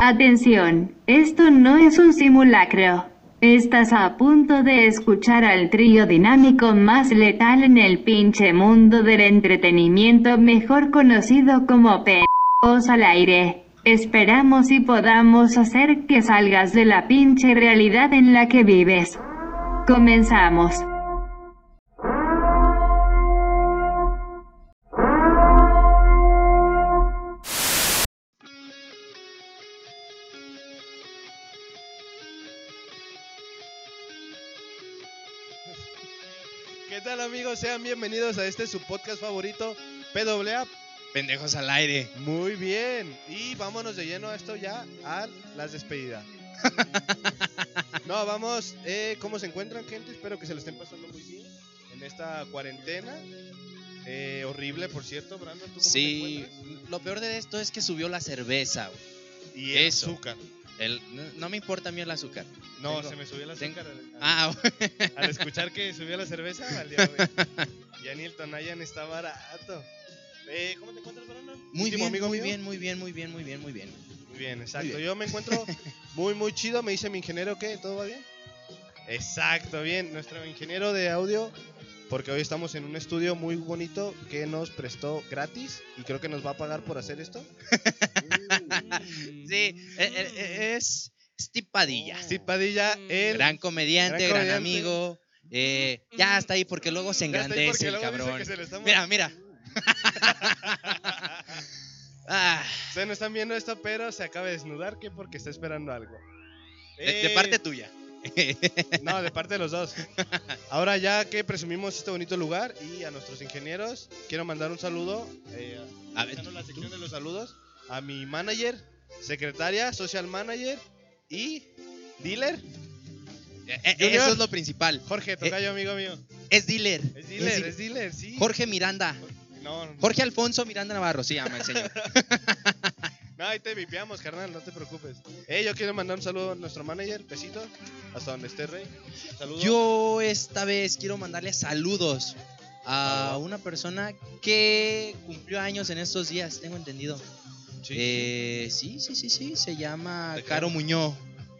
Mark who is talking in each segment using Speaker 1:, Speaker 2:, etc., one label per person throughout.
Speaker 1: Atención, esto no es un simulacro. Estás a punto de escuchar al trío dinámico más letal en el pinche mundo del entretenimiento, mejor conocido como P***os al aire. Esperamos y podamos hacer que salgas de la pinche realidad en la que vives. Comenzamos.
Speaker 2: ¿Qué tal amigos? Sean bienvenidos a este su podcast favorito, PWA, Pendejos al Aire. Muy bien, y vámonos de lleno a esto ya, a las despedidas. no, vamos, eh, ¿cómo se encuentran gente? Espero que se lo estén pasando muy bien en esta cuarentena. Eh, horrible, por cierto, Brandon, ¿tú cómo te
Speaker 3: Sí,
Speaker 2: encuentras?
Speaker 3: lo peor de esto es que subió la cerveza. güey.
Speaker 2: Y el
Speaker 3: eso.
Speaker 2: azúcar.
Speaker 3: El- no, no me importa a mí el azúcar.
Speaker 2: No,
Speaker 3: Tengo-
Speaker 2: se me subió el
Speaker 3: tengo-
Speaker 2: azúcar. al- al-
Speaker 3: Ah,
Speaker 2: Al escuchar que subió la cerveza, valió, güey. Ya ni el Tonayan está barato. Eh, ¿Cómo te encuentras, Brandon?
Speaker 3: muy
Speaker 2: Íntimo
Speaker 3: bien,
Speaker 2: amigo
Speaker 3: muy
Speaker 2: mío.
Speaker 3: bien, muy bien, muy bien, muy bien, muy bien.
Speaker 2: Muy bien, exacto.
Speaker 3: bien.
Speaker 2: Yo me encuentro muy, muy chido. Me dice mi ingeniero que todo va bien. Exacto, bien. Nuestro ingeniero de audio, porque hoy estamos en un estudio muy bonito que nos prestó gratis y creo que nos va a pagar por hacer esto.
Speaker 3: Sí, eh, eh, eh, es Steve Padilla.
Speaker 2: Sí, Oh. Padilla, el.
Speaker 3: Gran comediante,
Speaker 2: Gran
Speaker 3: gran,
Speaker 2: comediante.
Speaker 3: amigo. eh, ya está ahí porque luego se
Speaker 2: Ya está ahí porque
Speaker 3: engrandece el
Speaker 2: luego dice
Speaker 3: cabrón.
Speaker 2: que se le estamos-
Speaker 3: Mira, mira. Ah,
Speaker 2: Ustedes no están viendo esto, pero se acaba de desnudar que porque está esperando algo.
Speaker 3: de- de
Speaker 2: Eh,
Speaker 3: parte tuya.
Speaker 2: No, de parte de los dos. Ahora ya que presumimos este bonito lugar y a nuestros ingenieros, quiero mandar un saludo. eh,
Speaker 3: A ver,
Speaker 2: empezando la sección de los saludos a mi manager, secretaria, social manager y dealer.
Speaker 3: Eh, eh,
Speaker 2: Junior.
Speaker 3: eso es lo principal.
Speaker 2: Jorge, tocayo, amigo mío.
Speaker 3: Eh, Es dealer.
Speaker 2: Es dealer,
Speaker 3: di-
Speaker 2: es dealer, sí.
Speaker 3: Jorge Miranda.
Speaker 2: No, no,
Speaker 3: Jorge Alfonso Miranda Navarro se llama el señor.
Speaker 2: no, ahí te vipiamos, carnal, no te preocupes. Eh, yo quiero mandar un saludo a nuestro manager, besito, hasta donde esté, rey. Saludos.
Speaker 3: Yo esta vez quiero mandarle saludos a una persona que cumplió años en estos días, tengo entendido.
Speaker 2: Sí,
Speaker 3: Eh, sí, sí, sí, sí, se llama
Speaker 2: ¿De qué?
Speaker 3: Caro Muñoz.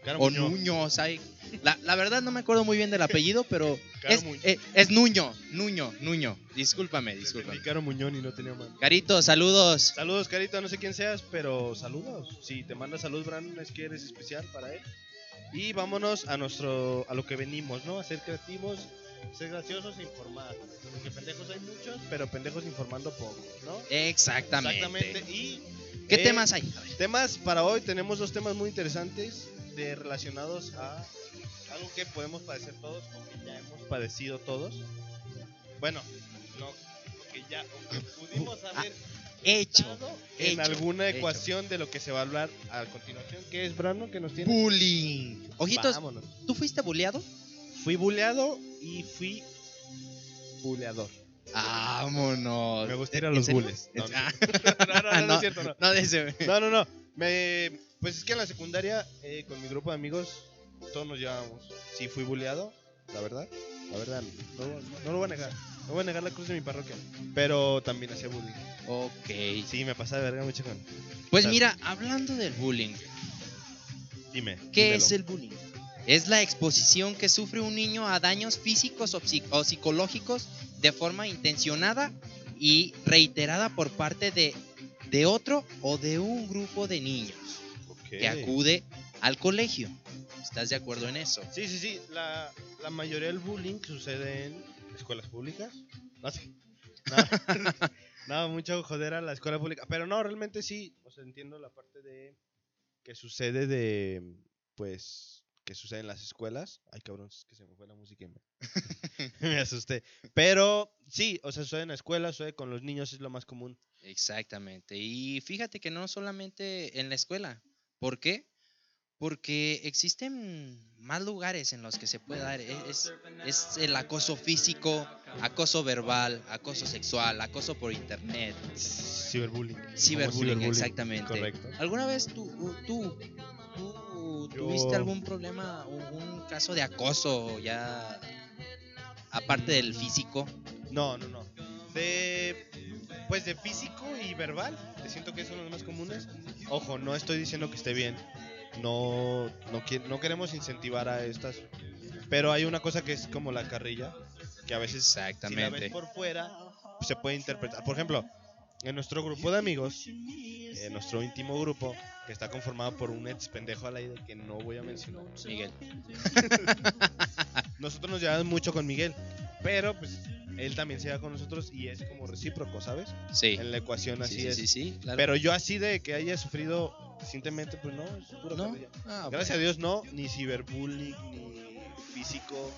Speaker 2: Caro
Speaker 3: O
Speaker 2: Muñoz.
Speaker 3: Nuñoz. ay, La, la verdad no me acuerdo muy bien del apellido, pero
Speaker 2: Caro
Speaker 3: es,
Speaker 2: Muñoz.
Speaker 3: eh, es Nuño, Nuño, Nuño. Discúlpame,
Speaker 2: Entendí
Speaker 3: discúlpame.
Speaker 2: Caro Muñoz y no tenía mano.
Speaker 3: Carito, saludos.
Speaker 2: Saludos, Carito, no sé quién seas, pero saludos. Si te manda salud, Brandon, es que eres especial para él. Y vámonos a nuestro a lo que venimos, ¿no? A ser creativos, ser graciosos e informar. Porque pendejos hay muchos, pero pendejos informando poco, ¿no?
Speaker 3: Exactamente.
Speaker 2: Y
Speaker 3: ¿Qué
Speaker 2: eh,
Speaker 3: temas hay? A ver.
Speaker 2: Temas para hoy tenemos dos temas muy interesantes de relacionados a algo que podemos padecer todos o que ya hemos padecido todos. Bueno, no, que ya o que pudimos
Speaker 3: Ah,
Speaker 2: haber
Speaker 3: Hecho.
Speaker 2: en
Speaker 3: Hecho,
Speaker 2: alguna
Speaker 3: hecho.
Speaker 2: ecuación de lo que se va a hablar a continuación. ¿Qué es, Brandon, que nos tiene?
Speaker 3: Bullying. Ojitos,
Speaker 2: Vámonos.
Speaker 3: ¿tú fuiste bulleado?
Speaker 2: Fui buleado y fui buleador. Ah,
Speaker 3: Vámonos.
Speaker 2: Me gusta ir a
Speaker 3: ¿En
Speaker 2: los
Speaker 3: serio?
Speaker 2: bules.
Speaker 3: No, Ah,
Speaker 2: No, no, no, no, no,
Speaker 3: No.
Speaker 2: es cierto, no.
Speaker 3: no, de ese-
Speaker 2: No, no, no. Me, pues es que en la secundaria, eh, con mi grupo de amigos, todos nos llevábamos. Sí, fui buleado, la verdad. La verdad, no, no- no lo voy a negar. No voy a negar la cruz de mi parroquia. Pero también hacía bullying.
Speaker 3: Ok.
Speaker 2: Sí, me pasa de verga mucho con.
Speaker 3: Pues mira, hablando del bullying,
Speaker 2: Dime.
Speaker 3: ¿qué
Speaker 2: dímelo.
Speaker 3: es el bullying? Es la exposición que sufre un niño a daños físicos o, psi- o psicológicos de forma intencionada y reiterada por parte de, de otro o de un grupo de niños
Speaker 2: Ok.
Speaker 3: que acude al colegio. ¿Estás de acuerdo en eso?
Speaker 2: Sí, sí, sí. La, la mayoría del bullying sucede en escuelas públicas. No sé. No, no, mucho joder a la escuela pública. Pero no, realmente sí. O sea, entiendo la parte de que sucede de, pues, que sucede en las escuelas. Ay, cabrón, es que se me fue la música y me, me asusté. Pero sí, o sea, sucede en la escuela, sucede con los niños, es lo más común.
Speaker 3: Exactamente. Y fíjate que no solamente en la escuela. ¿Por qué? Porque existen más lugares en los que se puede dar. e- Es, es el acoso físico, acoso verbal, acoso sexual, acoso por internet,
Speaker 2: Ciberbullying. Como
Speaker 3: ciberbullying, exactamente.
Speaker 2: Correcto.
Speaker 3: ¿Alguna vez tú, u- tú, tú
Speaker 2: Yo-
Speaker 3: tuviste algún problema o un caso de acoso ya aparte del físico?
Speaker 2: No, no, no. De, pues Pues de físico y verbal, que siento que son los más comunes. Ojo, no estoy diciendo que esté bien. No, no, qui- no queremos incentivar a estas. Pero hay una cosa que es como la carrilla, que a veces si la ves
Speaker 3: Exactamente.
Speaker 2: por fuera, pues, se puede interpretar. Por ejemplo, en nuestro grupo de amigos, en nuestro íntimo grupo, que está conformado por un ex pendejo al aire que no voy a mencionar.
Speaker 3: Miguel.
Speaker 2: Nosotros nos llevamos mucho con Miguel, pero pues él también se lleva con nosotros y es como recíproco, ¿sabes?
Speaker 3: Sí.
Speaker 2: En la ecuación así
Speaker 3: sí, sí,
Speaker 2: es.
Speaker 3: sí, sí, claro.
Speaker 2: Pero yo así de que haya sufrido recientemente, pues no, es pura
Speaker 3: no.
Speaker 2: carrilla.
Speaker 3: Ah,
Speaker 2: Gracias a Dios no, ni ciberbullying, ni físico.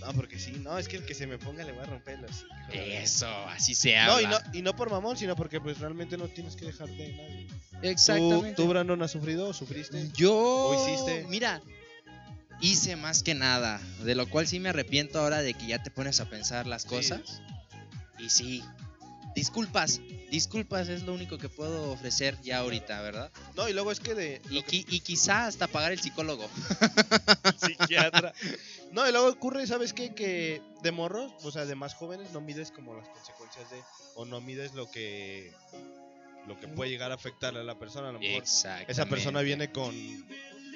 Speaker 2: No, porque sí, no, es que el que se me ponga le voy a romper las...
Speaker 3: Eso, así se habla.
Speaker 2: No y, no, y no por mamón, sino porque pues realmente no tienes que dejarte de nadie.
Speaker 3: Exactamente.
Speaker 2: ¿Tú, tú, Brandon, has sufrido o sufriste?
Speaker 3: Yo,
Speaker 2: ¿O hiciste?
Speaker 3: mira, hice más que nada, de lo cual sí me arrepiento ahora de que ya te pones a pensar las
Speaker 2: Sí.
Speaker 3: cosas. Y sí, disculpas, disculpas es lo único que puedo ofrecer ya ahorita, ¿verdad?
Speaker 2: No, y luego es que de...
Speaker 3: Y, qui- y quizá hasta pagar el psicólogo.
Speaker 2: psiquiatra. No, y luego ocurre, ¿sabes qué? Que de morros, o sea, de más jóvenes, no mides como las consecuencias de... O no mides lo que... Lo que puede llegar a afectarle a la persona. A lo mejor
Speaker 3: Exacto.
Speaker 2: esa persona viene con...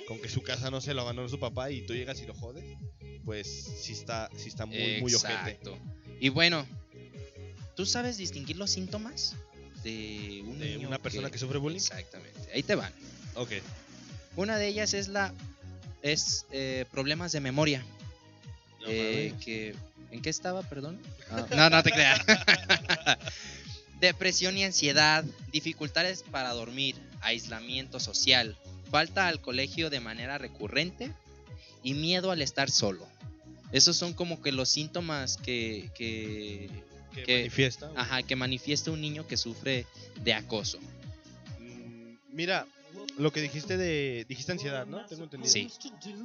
Speaker 2: Con que su casa no se lo ganó su papá y tú llegas y lo jodes. Pues sí está, sí está muy, muy ojete.
Speaker 3: Exacto. Y bueno, ¿tú sabes distinguir los síntomas de, un
Speaker 2: De
Speaker 3: niño
Speaker 2: una persona que sufre bullying.
Speaker 3: Exactamente, ahí te van.
Speaker 2: Ok.
Speaker 3: Eh, Una de ellas es la es eh, problemas de memoria.
Speaker 2: No
Speaker 3: Eh,
Speaker 2: mames.
Speaker 3: que, ¿En qué estaba, perdón? Ah, no, no te creas. Depresión y ansiedad, dificultades para dormir, aislamiento social, falta al colegio de manera recurrente y miedo al estar solo. Esos son como que los síntomas que, que,
Speaker 2: que,
Speaker 3: que-
Speaker 2: manifiesta.
Speaker 3: ajá, que manifiesta un niño que sufre de acoso.
Speaker 2: Mm, Mira, lo que dijiste de. Dijiste ansiedad, ¿no? Tengo entendido.
Speaker 3: Sí.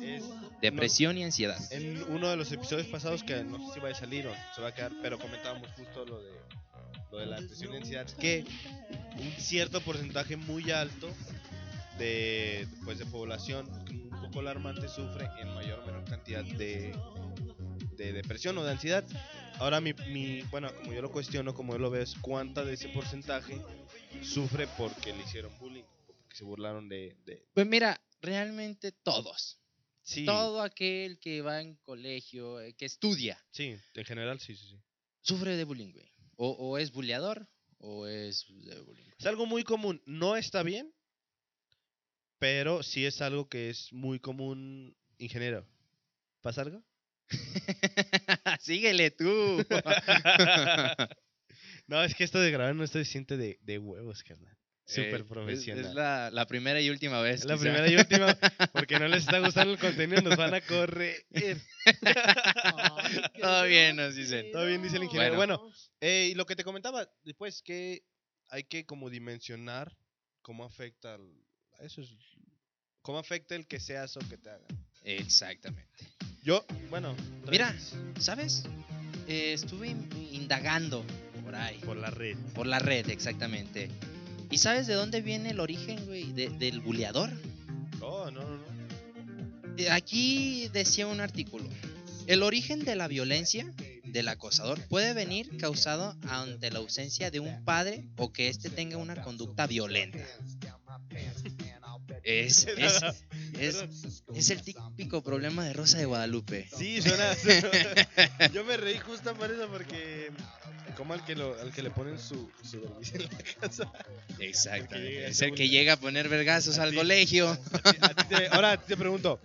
Speaker 2: Es-
Speaker 3: Depresión y ansiedad.
Speaker 2: no- en uno de los episodios pasados, que no sé si va a salir o se va a quedar, pero comentábamos justo lo de, lo de la depresión y ansiedad, que un cierto porcentaje muy alto de, pues, de población, un poco alarmante, sufre en mayor o menor cantidad de, de depresión o de ansiedad. Ahora, mi, mi- bueno, como yo lo cuestiono, como yo lo veo, es cuánta de ese porcentaje sufre porque le hicieron bullying, o porque se burlaron de... de-
Speaker 3: Pues mira, realmente todos.
Speaker 2: sí,
Speaker 3: Todo aquel que va en colegio, eh, que estudia,
Speaker 2: sí, en general sí, sí, sí.
Speaker 3: sufre de bullying, güey. O, o es buleador o es de bullying.
Speaker 2: Es algo muy común, no está bien, pero sí es algo que es muy común, ingeniero. ¿Pasa algo?
Speaker 3: Síguele tú.
Speaker 2: No, es que esto de grabar no estoy siente de, de huevos, carnal.
Speaker 3: Eh,
Speaker 2: Súper
Speaker 3: es-
Speaker 2: profesional.
Speaker 3: Es, la, la primera y última vez.
Speaker 2: Es la
Speaker 3: quizá.
Speaker 2: primera y última, porque no les está gustando el contenido, nos van a correr.
Speaker 3: Todo bien, nos dicen.
Speaker 2: Todo bien, dice el ingeniero. Bueno, eh, y lo que te comentaba después, que hay que como dimensionar cómo afecta al- eso es, cómo afecta el que seas o que te hagan.
Speaker 3: Exactamente.
Speaker 2: Yo, bueno, tra-
Speaker 3: Mira. ¿Sabes? Eh, estuve in- indagando por ahí.
Speaker 2: por la red.
Speaker 3: Por la red, exactamente. ¿Y sabes de dónde viene el origen, güey, de- del buleador?
Speaker 2: Oh, No, no, no, no.
Speaker 3: Eh, Aquí decía un artículo. El origen de la violencia del acosador puede venir causado ante la ausencia de un padre o que éste tenga una conducta violenta. Es, es, es, es el típico problema de Rosa de Guadalupe.
Speaker 2: Sí, suena. suena- Yo me reí justo por eso porque como al que lo, al que le ponen su su vergüenza en la casa.
Speaker 3: Exactamente. Es el que llega a poner vergazos al colegio.
Speaker 2: A ti te- ahora a ti te pregunto.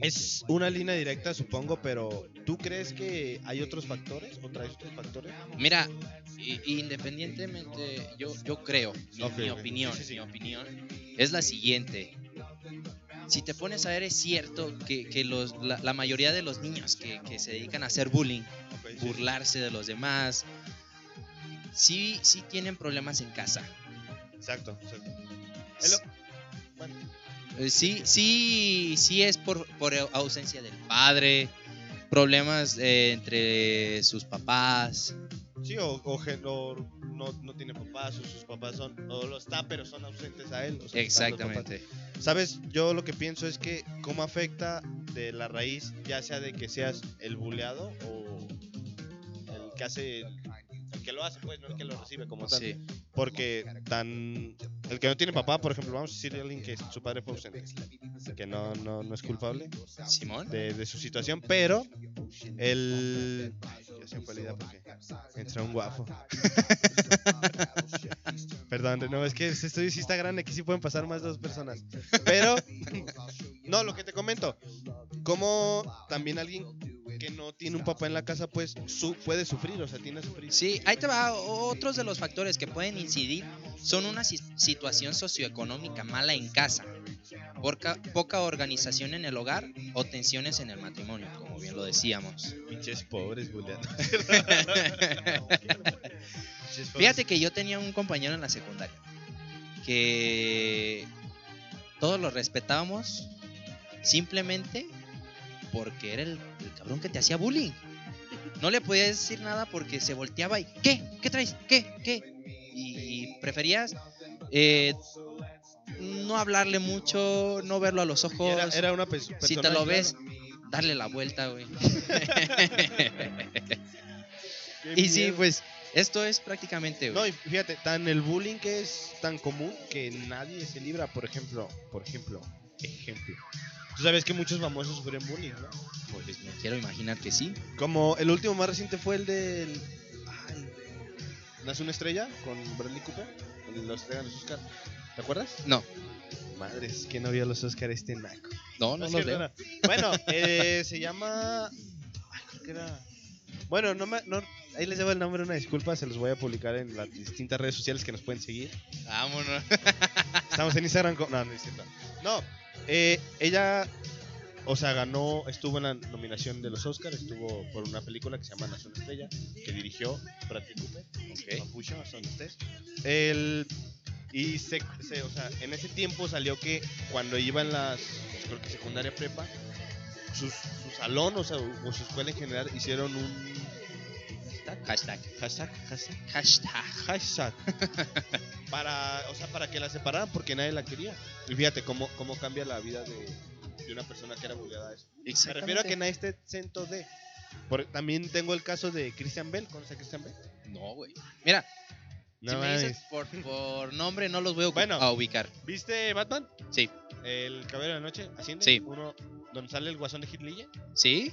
Speaker 2: Es una línea directa, supongo, pero ¿tú crees que hay otros factores o traes otros factores?
Speaker 3: Mira, i- independientemente, yo, yo creo, mi,
Speaker 2: Ok,
Speaker 3: mi
Speaker 2: ok.
Speaker 3: opinión,
Speaker 2: Sí, sí, sí.
Speaker 3: mi opinión es la siguiente. Si te pones a ver, es cierto que, que los, la, la mayoría de los niños que, que se dedican a hacer bullying, burlarse de los demás, sí, sí tienen problemas en casa.
Speaker 2: Exacto, exacto.
Speaker 3: S- eh, Sí, sí, sí es por, por ausencia del padre, problemas eh, entre sus papás,
Speaker 2: Sí, o, o gen- o no, no tiene papás, o sus papás son, o los está, pero son ausentes a él. o sea, están los papás.
Speaker 3: exactamente.
Speaker 2: Sabes, yo lo que pienso es que cómo afecta de la raíz, ya sea de que seas el buleado o el que hace el que lo hace, pues, no el que lo recibe como tal.
Speaker 3: Sí.
Speaker 2: Porque tan. El que no tiene papá, por ejemplo, vamos a decir a alguien que su padre fue ausente, que no, no, no es culpable
Speaker 3: Simón.
Speaker 2: de, de su situación, pero el. Ya se me fue la idea porque entra un guapo. Perdón, no, es que este estudio sí está grande, aquí sí pueden pasar más de dos personas. Pero, no, lo que te comento, como también alguien que no tiene un papá en la casa, pues su, puede sufrir, o sea, tiene a sufrir.
Speaker 3: Sí, ahí te va. o- Otros de los factores que pueden incidir son una si- situación socioeconómica mala en casa, porca- poca organización en el hogar o tensiones en el matrimonio, como bien lo decíamos.
Speaker 2: Pinches pobres, buleando.
Speaker 3: Fíjate que yo tenía un compañero en la secundaria que todos lo respetábamos simplemente porque era el, el cabrón que te hacía bullying. No le podías decir nada porque se volteaba y ¿qué? ¿Qué traes? ¿Qué? ¿Qué? Y, y preferías eh, no hablarle mucho, no verlo a los ojos.
Speaker 2: Era, era una pers- persona.
Speaker 3: si te lo ves,
Speaker 2: aislada.
Speaker 3: darle la vuelta, güey.
Speaker 2: Qué
Speaker 3: y sí,
Speaker 2: miedo.
Speaker 3: pues esto es prácticamente, güey.
Speaker 2: No, y fíjate, tan el bullying que es tan común que nadie se libra, por ejemplo, por ejemplo, ejemplo. Tú sabes que muchos famosos sufrieron bullying, ¿no?
Speaker 3: Pues me quiero imaginar que sí.
Speaker 2: Como el último más reciente fue el del. ay, Nace una estrella con Bradley Cooper. Los entregan los Oscar. ¿Te acuerdas?
Speaker 3: No,
Speaker 2: Madres, que no vio los Oscar este naco.
Speaker 3: no, no
Speaker 2: Es
Speaker 3: los
Speaker 2: cierto,
Speaker 3: veo.
Speaker 2: era. Bueno, eh, se llama. ay, creo que era- Bueno, no me- no- ahí les debo el nombre, una disculpa. Se los voy a publicar en las distintas redes sociales que nos pueden seguir.
Speaker 3: Vámonos.
Speaker 2: Estamos en Instagram. con- No, no es cierto. No, eh, ella, o sea, ganó, estuvo en la nominación de los Oscars, estuvo por una película que se llama Nación Estrella, que dirigió Bradley Cooper. Mapuche, son ustedes. El, y se, se- o sea, en ese tiempo salió que cuando iba en las, creo que secundaria prepa, sus- su salón, o sea, o su escuela en general, hicieron un
Speaker 3: Hashtag.
Speaker 2: hashtag, hashtag,
Speaker 3: Hashtag.
Speaker 2: hashtag. para, o sea, para que la separaran porque nadie la quería. Y fíjate cómo, cómo cambia la vida de, de una persona que era bulleada a eso. Me refiero a que nadie esté exento de. por- también tengo el caso de Christian Bell. ¿Conoces a Christian Bell?
Speaker 3: No, güey. Mira, si me
Speaker 2: mames.
Speaker 3: dices por, por nombre, no los voy a, ocu-
Speaker 2: Bueno.
Speaker 3: a ubicar.
Speaker 2: ¿Viste Batman?
Speaker 3: Sí.
Speaker 2: El Caballero de la Noche, Asciende.
Speaker 3: Sí.
Speaker 2: Uno donde sale el guasón de Hitler.
Speaker 3: ¿Sí?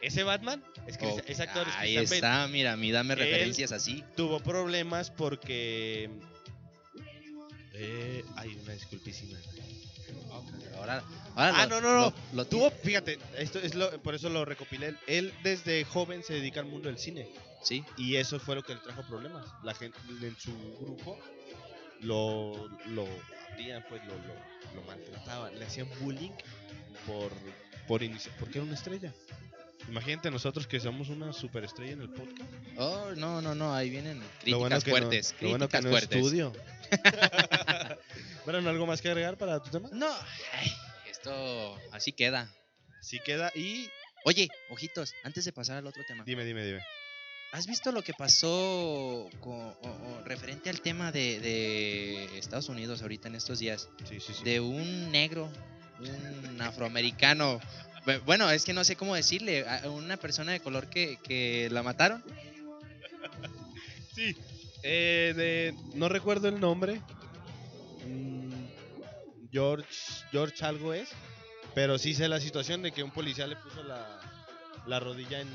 Speaker 2: Ese Batman es, Chris-
Speaker 3: Oh,
Speaker 2: es actor, es
Speaker 3: ahí
Speaker 2: Christian Bale.
Speaker 3: está, mira, a mí dame
Speaker 2: Él-
Speaker 3: referencias así.
Speaker 2: Tuvo problemas porque. Eh, hay una disculpísima.
Speaker 3: Ahora, ahora
Speaker 2: Ah,
Speaker 3: lo-
Speaker 2: no, no, no.
Speaker 3: lo- lo
Speaker 2: Tuvo, fíjate, esto es lo, por eso lo recopilé. Él desde joven se dedica al mundo del cine.
Speaker 3: Sí,
Speaker 2: Y eso fue lo que le trajo problemas. La gente en su grupo lo, lo abrían, pues lo, lo, lo maltrataban, le hacían bullying por, por inicio, porque era una estrella. Imagínate nosotros que somos una superestrella en el podcast.
Speaker 3: oh, no, no, no, ahí vienen
Speaker 2: Lo
Speaker 3: críticas
Speaker 2: bueno que no-
Speaker 3: fuertes,
Speaker 2: lo bueno que
Speaker 3: críticas
Speaker 2: no
Speaker 3: fuertes.
Speaker 2: estudio. bueno, ¿algo más que agregar para tu tema?
Speaker 3: No, ay, esto así queda.
Speaker 2: Sí queda y
Speaker 3: Oye, ojitos, antes de pasar al otro tema.
Speaker 2: dime, dime, dime.
Speaker 3: ¿Has visto lo que pasó con, o- o referente al tema de, de Estados Unidos ahorita en estos días?
Speaker 2: Sí, sí, sí.
Speaker 3: De un negro, un afroamericano. bu- Bueno, es que no sé cómo decirle. a- a Una persona de color que, que la mataron.
Speaker 2: Sí. Eh, de, no recuerdo el nombre. Mm, George, George algo es. Pero sí sé la situación de que un policía le puso la, la rodilla en,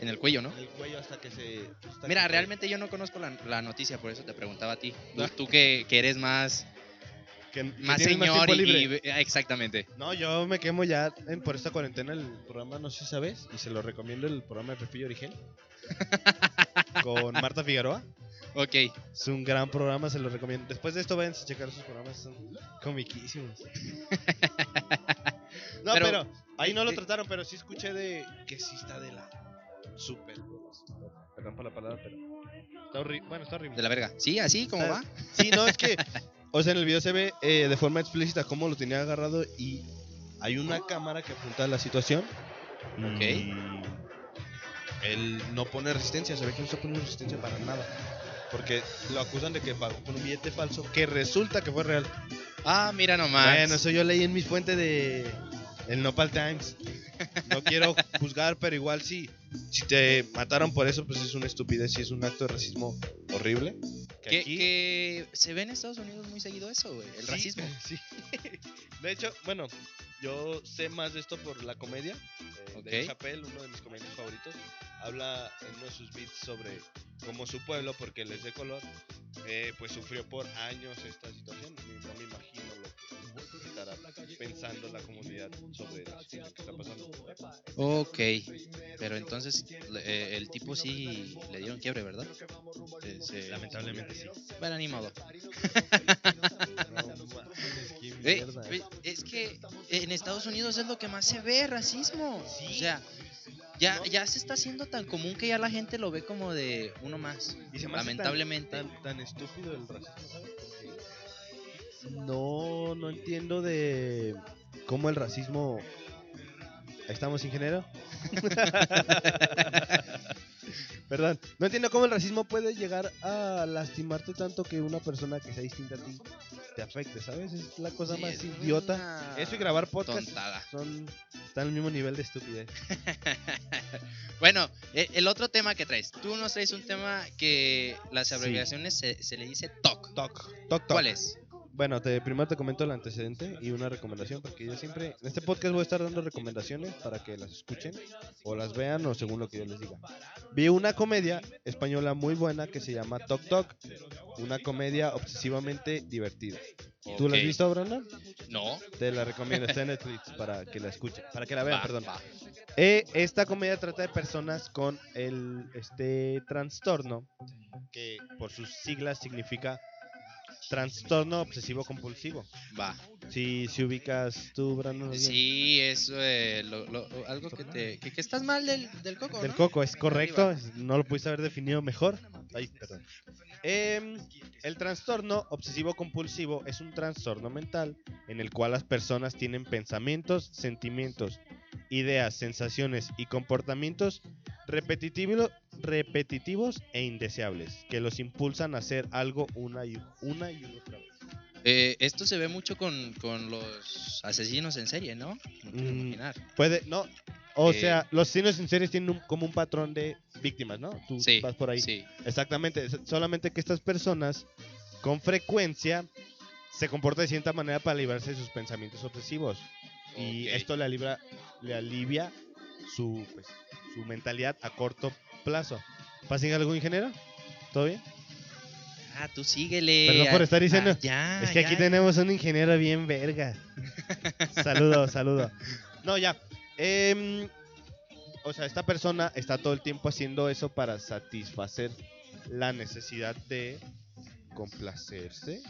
Speaker 3: En el cuello, ¿no?
Speaker 2: en el cuello hasta que se... hasta que
Speaker 3: Mira,
Speaker 2: fue.
Speaker 3: realmente yo no conozco la, la noticia, por eso te preguntaba a ti. Tú, tú que, que eres más,
Speaker 2: Que- que
Speaker 3: más
Speaker 2: tiene
Speaker 3: señor
Speaker 2: tiempo
Speaker 3: y-
Speaker 2: libre.
Speaker 3: y- ah, Exactamente.
Speaker 2: No, yo me quemo ya en- por esta cuarentena el programa No sé si sabes. Y se lo recomiendo el programa de Pepillo Origel. con Marta Figueroa.
Speaker 3: Ok.
Speaker 2: Es un gran programa, se lo recomiendo. Después de esto vayan a checar sus programas, son comiquísimos. no, pero,
Speaker 3: Pero-
Speaker 2: ahí no lo
Speaker 3: eh,
Speaker 2: trataron, pero sí escuché de que sí está de la super. Perdón por la palabra, pero está horrible. Bueno, está horrible.
Speaker 3: De la verga. Sí, así como
Speaker 2: Está-
Speaker 3: va.
Speaker 2: Sí, no, es que o sea, en el video se ve eh, de forma explícita cómo lo tenía agarrado y hay una cámara que apunta a la situación.
Speaker 3: Ok.
Speaker 2: Y él no pone resistencia, se ve que no está poniendo resistencia para nada. Porque lo acusan de que pagó con un billete falso que resulta que fue real.
Speaker 3: Ah, mira nomás.
Speaker 2: Bueno, eso yo leí en mi fuente de el Nopal Times. No quiero juzgar, pero igual sí. si te mataron por eso, pues es una estupidez y es un acto de racismo horrible. Que
Speaker 3: Que,
Speaker 2: aquí-
Speaker 3: que se ve en Estados Unidos muy seguido eso, güey, el
Speaker 2: Sí,
Speaker 3: racismo.
Speaker 2: Sí. De hecho, bueno, yo sé más de esto por la comedia. Eh,
Speaker 3: Ok.
Speaker 2: Dave Chappelle, uno de mis comediantes favoritos, habla en uno de sus beats sobre cómo su pueblo, porque les de color, eh, pues sufrió por años esta situación. Y No me imagino lo que estará pensando la comunidad sobre el racismo que está pasando.
Speaker 3: Ok, pero entonces le- eh, el tipo sí le dieron quiebre, ¿verdad? Eh, se-
Speaker 2: Lamentablemente sí.
Speaker 3: Bueno, ni modo. Güey,
Speaker 2: eh.
Speaker 3: güey, es que en Estados Unidos es lo que más se ve, racismo. O sea, ya, ya se está haciendo tan común que ya la gente lo ve como de uno más.
Speaker 2: Y se me hace tan-
Speaker 3: Lamentablemente.
Speaker 2: Tan, tan estúpido el racismo. ¿sabes? Porque No, no entiendo de cómo el racismo. Ahí estamos, ingeniero. Perdón. No entiendo cómo el racismo puede llegar a lastimarte tanto que una persona que sea distinta a ti te afecte, ¿sabes? Es la cosa
Speaker 3: Sí,
Speaker 2: más
Speaker 3: es
Speaker 2: idiota.
Speaker 3: una
Speaker 2: Eso y grabar podcast
Speaker 3: Tontada.
Speaker 2: son están al mismo nivel de estupidez.
Speaker 3: Bueno, e- el otro tema que traes. Tú nos traes un tema que las
Speaker 2: Sí.
Speaker 3: abreviaciones se, se le dice TOC.
Speaker 2: Toc, toc, toc.
Speaker 3: ¿Cuál es?
Speaker 2: Bueno, te, primero te comento el antecedente y una recomendación, porque yo siempre, en este podcast voy a estar dando recomendaciones para que las escuchen o las vean o según lo que yo les diga. Vi una comedia española muy buena que se llama Tok Tok, una comedia obsesivamente divertida. ¿Tú la has
Speaker 3: Ok.
Speaker 2: visto, Brandon?
Speaker 3: No.
Speaker 2: Te la recomiendo, está en Netflix para que la escuchen, para que la vean,
Speaker 3: Va,
Speaker 2: perdón.
Speaker 3: va.
Speaker 2: Eh, esta comedia trata de personas con el, este trastorno que por sus siglas significa trastorno obsesivo compulsivo.
Speaker 3: Va.
Speaker 2: Si, si ubicas tú, Brandon. bien.
Speaker 3: Sí, es eh, lo- lo- algo que te. Que, que estás mal del, del coco.
Speaker 2: Del
Speaker 3: ¿no?
Speaker 2: coco, es correcto.
Speaker 3: Arriba.
Speaker 2: es- No lo pudiste haber definido mejor. Ay, perdón. Em, el trastorno obsesivo-compulsivo es un trastorno mental en el cual las personas tienen pensamientos, sentimientos, ideas, sensaciones y comportamientos repetitivo- repetitivos e indeseables que los impulsan a hacer algo una y, una y otra vez.
Speaker 3: Eh, esto se ve mucho con, con los asesinos en serie, ¿no? No quiero
Speaker 2: Mm.
Speaker 3: imaginar.
Speaker 2: Puede, no. O
Speaker 3: Eh.
Speaker 2: sea, los asesinos en series tienen un- como un patrón de víctimas, ¿no? Tú
Speaker 3: Sí,
Speaker 2: vas por ahí.
Speaker 3: sí.
Speaker 2: Exactamente, es- solamente que estas personas con frecuencia se comportan de cierta manera para librarse de sus pensamientos obsesivos. Y
Speaker 3: Ok.
Speaker 2: esto le, alibra- le alivia su, pues, su mentalidad a corto plazo. ¿Pasa algún ingeniero? ¿Todo bien?
Speaker 3: Ah, tú síguele.
Speaker 2: Perdón por
Speaker 3: Ah,
Speaker 2: estar diciendo-
Speaker 3: ah, ya,
Speaker 2: es que aquí
Speaker 3: ya.
Speaker 2: tenemos un ingeniero bien verga. saludo, saludo. No, ya. Em, o sea, esta persona está todo el tiempo haciendo eso para satisfacer la necesidad de complacerse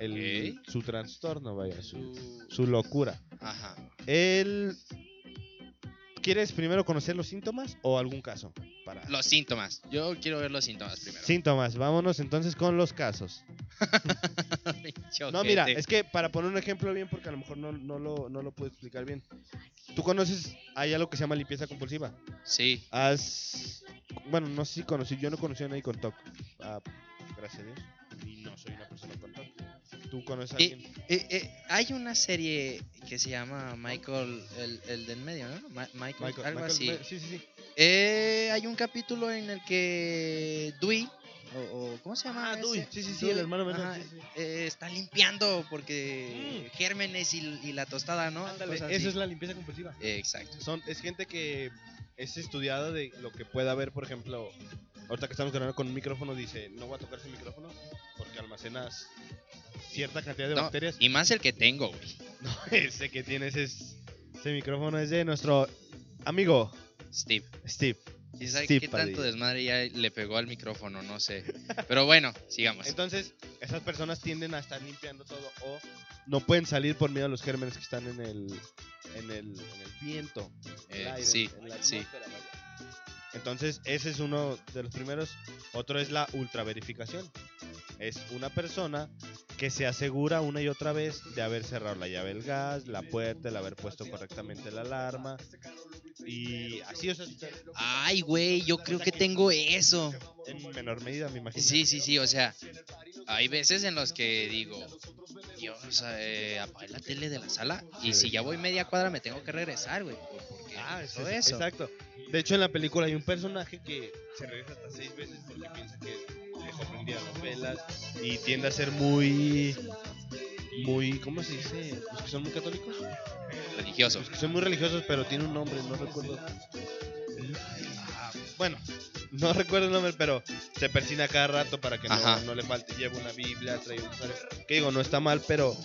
Speaker 2: el, su trastorno, vaya, su,
Speaker 3: Su-
Speaker 2: su locura.
Speaker 3: Ajá.
Speaker 2: Él... ¿Quieres primero conocer los síntomas o algún caso? Para...
Speaker 3: Los síntomas. Yo quiero ver los síntomas primero.
Speaker 2: Síntomas, vámonos entonces con los casos.
Speaker 3: Pinche
Speaker 2: No, mira,
Speaker 3: ojete.
Speaker 2: es que para poner un ejemplo bien, porque a lo mejor no, no lo, no lo puedo explicar bien. Tú conoces, hay algo que se llama limpieza compulsiva.
Speaker 3: Sí.
Speaker 2: Has. Bueno, no sé si conocí, yo no conocí a nadie con TOC. Ah, gracias a Dios. Y no soy una persona con TOC. ¿Tú conoces a
Speaker 3: Y-
Speaker 2: alguien?
Speaker 3: Eh, eh, hay una serie que se llama Michael, el, el del medio, ¿no? Ma- Michael,
Speaker 2: Michael-
Speaker 3: algo
Speaker 2: Michael-
Speaker 3: así.
Speaker 2: me- Sí, sí, sí.
Speaker 3: Eh, hay un capítulo en el que Dewey, o, o- ¿cómo se llama?
Speaker 2: Ah,
Speaker 3: ese?
Speaker 2: Dewey, sí, sí, sí, el hermano menor,
Speaker 3: ajá,
Speaker 2: sí, sí.
Speaker 3: eh, está limpiando porque gérmenes y, y la tostada, ¿no?
Speaker 2: Ándale,
Speaker 3: Cosas
Speaker 2: esa
Speaker 3: así.
Speaker 2: es la limpieza compulsiva.
Speaker 3: Eh, Exacto.
Speaker 2: Son, es gente que es estudiada de lo que pueda haber, por ejemplo, ahorita que estamos grabando con un micrófono, dice, no voy a tocar ese micrófono porque almacenas cierta cantidad de
Speaker 3: No,
Speaker 2: bacterias.
Speaker 3: y más el que tengo, güey.
Speaker 2: No, ese que tienes es. Ese micrófono es de nuestro amigo
Speaker 3: Steve.
Speaker 2: Steve.
Speaker 3: ¿Quién sabe
Speaker 2: Steve
Speaker 3: qué tanto
Speaker 2: Padilla.
Speaker 3: desmadre ya le pegó al micrófono? No sé. Pero bueno, sigamos.
Speaker 2: Entonces, esas personas tienden a estar limpiando todo o no pueden salir por miedo a los gérmenes que están en el, en el, en el viento. en el
Speaker 3: Eh,
Speaker 2: aire,
Speaker 3: sí,
Speaker 2: en la
Speaker 3: sí.
Speaker 2: atmósfera, vaya. Entonces, ese es uno de los primeros. Otro es la ultraverificación. Es una persona que se asegura una y otra vez de haber cerrado la llave del gas, la puerta, el haber puesto correctamente la alarma. Y así, o sea,
Speaker 3: Ay, güey, yo creo que tengo eso.
Speaker 2: en menor medida, me imagino.
Speaker 3: Sí, sí, sí, o sea, hay veces en los que digo, Dios, eh, apagué la tele de la sala y si ya voy media cuadra me tengo que regresar, güey, por- porque
Speaker 2: Ajá, es-
Speaker 3: todo
Speaker 2: Ah, es-
Speaker 3: eso.
Speaker 2: Exacto. De hecho, en la película hay un personaje que se regresa hasta seis veces porque piensa que dejó prendidas las velas y tiende a ser muy. Muy. ¿Cómo se dice? Los que son muy católicos.
Speaker 3: Religioso.
Speaker 2: Los Pues que son muy religiosos, pero tiene un nombre, no recuerdo. Ah, Bueno, no recuerdo el nombre, pero se persina cada rato para que no,
Speaker 3: Ajá.
Speaker 2: no le falte. Lleva una Biblia, trae un rosario. Que digo, no está mal, pero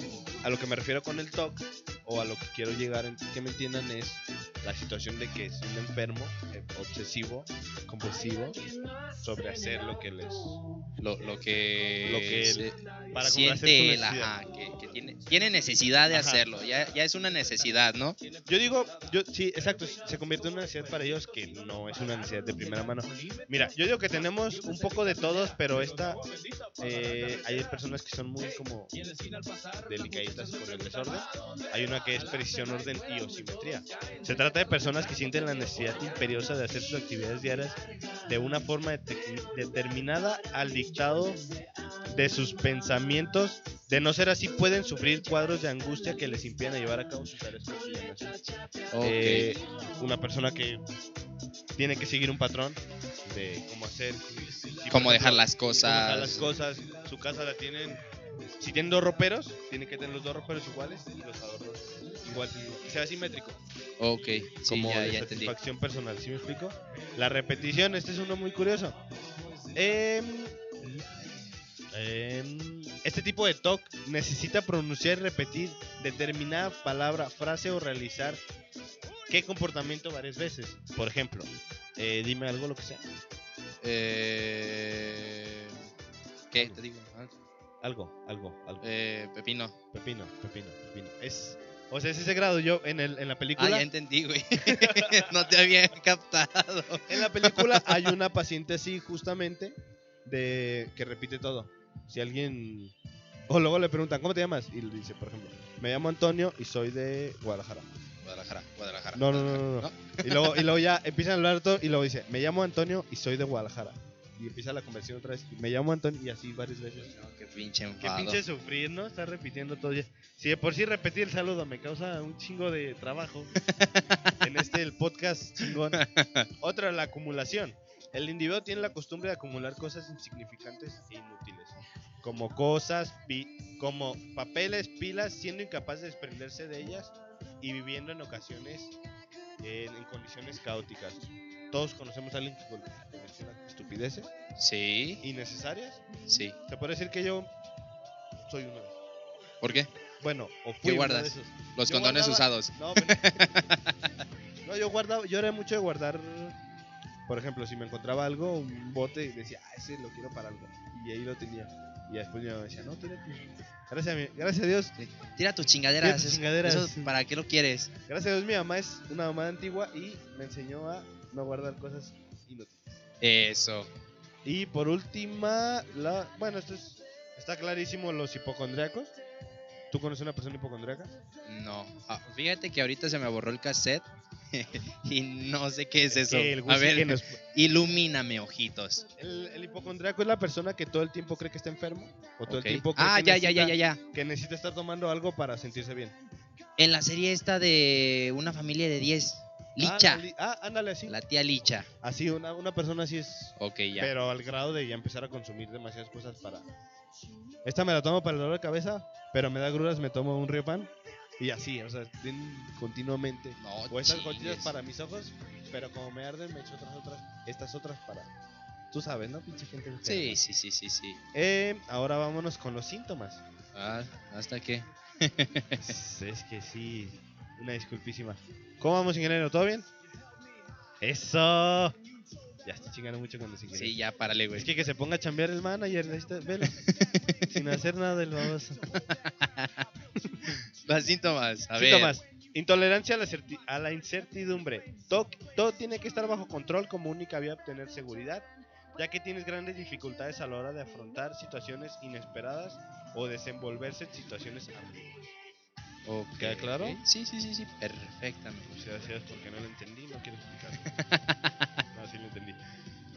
Speaker 2: a lo que me refiero con el TOC, o a lo que quiero llegar, en- que me entiendan, es la situación de que es un enfermo, eh, obsesivo, compulsivo, sobre hacer lo que les.
Speaker 3: Lo, lo que,
Speaker 2: Lo que él-
Speaker 3: se-
Speaker 2: para complacer
Speaker 3: siente
Speaker 2: su
Speaker 3: él,
Speaker 2: necesidad.
Speaker 3: ajá, que, que tiene, tiene necesidad de
Speaker 2: Ajá.
Speaker 3: hacerlo. Ya, ya es una necesidad, ¿no?
Speaker 2: Yo digo, yo sí, exacto, se convierte en una necesidad para ellos que no es una necesidad de primera mano. Mira, yo digo que tenemos un poco de todos, pero esta eh, hay personas que son muy como delicaditas con el desorden. Hay una que es precisión, orden y osimetría. Se trata de personas que sienten la necesidad imperiosa de hacer sus actividades diarias de una forma detec- determinada al dictado de sus pensamientos. De no ser así, pueden sufrir cuadros de angustia que les impiden llevar a cabo sus tareas cotidianas.
Speaker 3: Ok.
Speaker 2: Eh, una persona que tiene que seguir un patrón de cómo hacer, si- si, por ejemplo,
Speaker 3: cómo dejar las
Speaker 2: cómo
Speaker 3: cosas.
Speaker 2: dejar las cosas. Su casa la tienen. Si tienen dos roperos, tiene que tener los dos roperos iguales y los adornos igual, que sea simétrico.
Speaker 3: Ok, sí,
Speaker 2: como
Speaker 3: ya,
Speaker 2: de
Speaker 3: ya entendí.
Speaker 2: satisfacción personal, ¿sí me explico? La repetición, este es uno muy curioso. Em, em, este tipo de TOC necesita pronunciar y repetir determinada palabra, frase o realizar qué comportamiento varias veces. Por ejemplo, eh, dime algo lo que sea.
Speaker 3: Eh, ¿Qué te digo? Ah,
Speaker 2: Algo, algo, algo.
Speaker 3: eh, pepino.
Speaker 2: Pepino, pepino, pepino. Es, o sea, es ese grado. Yo en, el, en la
Speaker 3: Ah,
Speaker 2: película.
Speaker 3: ya entendí, güey. no te había captado.
Speaker 2: En la película hay una paciente así, justamente, de que repite todo. Si alguien. O luego le preguntan, ¿cómo te llamas? Y le dice, por ejemplo, me llamo Antonio y soy de Guadalajara.
Speaker 3: Guadalajara, Guadalajara.
Speaker 2: No, no, no, no. no.
Speaker 3: ¿No?
Speaker 2: Y, luego, y luego ya empiezan a hablar todo y luego dice, me llamo Antonio y soy de Guadalajara. Y empieza la conversación otra vez, me llamo Antonio y así varias veces.
Speaker 3: No, qué pinche
Speaker 2: Qué
Speaker 3: enfado.
Speaker 2: pinche sufrir, ¿no? Estar repitiendo todo. ya. Si de por sí repetir el saludo me causa un chingo de trabajo en este el podcast chingón. Otra, la acumulación. El individuo tiene la costumbre de acumular cosas insignificantes e inútiles, como cosas, pi- como papeles, pilas, siendo incapaz de desprenderse de ellas y viviendo en ocasiones eh, en condiciones caóticas. Todos conocemos a alguien que col- colecciona estupideces
Speaker 3: Sí,
Speaker 2: innecesarias.
Speaker 3: sí.
Speaker 2: Se puede decir que yo soy uno de esos.
Speaker 3: ¿Por qué?
Speaker 2: Bueno, o fui
Speaker 3: ¿Qué
Speaker 2: uno
Speaker 3: guardas?
Speaker 2: de esos.
Speaker 3: Los
Speaker 2: Yo
Speaker 3: condones
Speaker 2: guardaba-
Speaker 3: usados.
Speaker 2: No, pero- No, yo guardaba, yo era mucho de guardar. Por ejemplo, si me encontraba algo, un bote, y decía, ah, ese lo quiero para algo. Y ahí lo tenía. Y después yo decía, no, tira tú. Gracias a, mi- gracias a Dios.
Speaker 3: Tira tus chingaderas.
Speaker 2: Tira tus
Speaker 3: es-
Speaker 2: chingaderas.
Speaker 3: eso, ¿Para qué lo quieres?
Speaker 2: Gracias a Dios, mi mamá es una mamá antigua y me enseñó a no guardar cosas inútiles.
Speaker 3: Eso.
Speaker 2: Y por última, la, bueno, esto es, está clarísimo, los hipocondriacos. ¿Tú conoces una persona hipocondriaca?
Speaker 3: No. Ah, fíjate que ahorita se me borró el cassette. y no sé qué es eso.
Speaker 2: El
Speaker 3: A
Speaker 2: güey
Speaker 3: ver,
Speaker 2: que nos-
Speaker 3: ilumíname, ojitos.
Speaker 2: El, el hipocondriaco es la persona que todo el tiempo cree que está enfermo. O todo
Speaker 3: Ok.
Speaker 2: el tiempo cree
Speaker 3: Ah,
Speaker 2: que,
Speaker 3: ya, ya,
Speaker 2: necesita,
Speaker 3: ya, ya, ya.
Speaker 2: que necesita estar tomando algo para sentirse bien.
Speaker 3: En la serie esta de una familia de 10,
Speaker 2: Ah,
Speaker 3: Licha,
Speaker 2: li- ah, ándale, así.
Speaker 3: la tía Licha.
Speaker 2: Así, una, una persona así es.
Speaker 3: Ok, ya.
Speaker 2: Pero al grado de ya empezar a consumir demasiadas cosas para. Esta me la tomo para el dolor de cabeza, pero me da gruras, me tomo un río pan. Y así, o sea, tienen continuamente.
Speaker 3: no,
Speaker 2: O estas
Speaker 3: chingues.
Speaker 2: gotitas para mis ojos, pero como me arden, me echo otras, otras. Estas otras para. Tú sabes, ¿no? Pinche gente.
Speaker 3: Sí,
Speaker 2: enferma.
Speaker 3: sí, sí, sí, sí.
Speaker 2: Eh, ahora vámonos con los síntomas.
Speaker 3: Ah, ¿hasta qué?
Speaker 2: Es que sí, una disculpísima. ¿Cómo vamos, ingeniero? ¿Todo bien? ¡Eso! Ya estoy chingando mucho con los ingenieros.
Speaker 3: Sí, ya, párale, güey.
Speaker 2: Es que que se ponga a chambear el manager, ahí está, velo. sin hacer nada del baboso.
Speaker 3: Los síntomas, a ver.
Speaker 2: Síntomas. Intolerancia a la, certi- a la incertidumbre. Todo, todo tiene que estar bajo control como única vía a obtener seguridad, ya que tienes grandes dificultades a la hora de afrontar situaciones inesperadas o desenvolverse en situaciones ambiguas.
Speaker 3: Ok,
Speaker 2: ¿Queda claro?
Speaker 3: ok. Sí, sí, sí, sí, perfectamente.
Speaker 2: Pues gracias porque no lo entendí, no quiero explicar. no, sí lo entendí.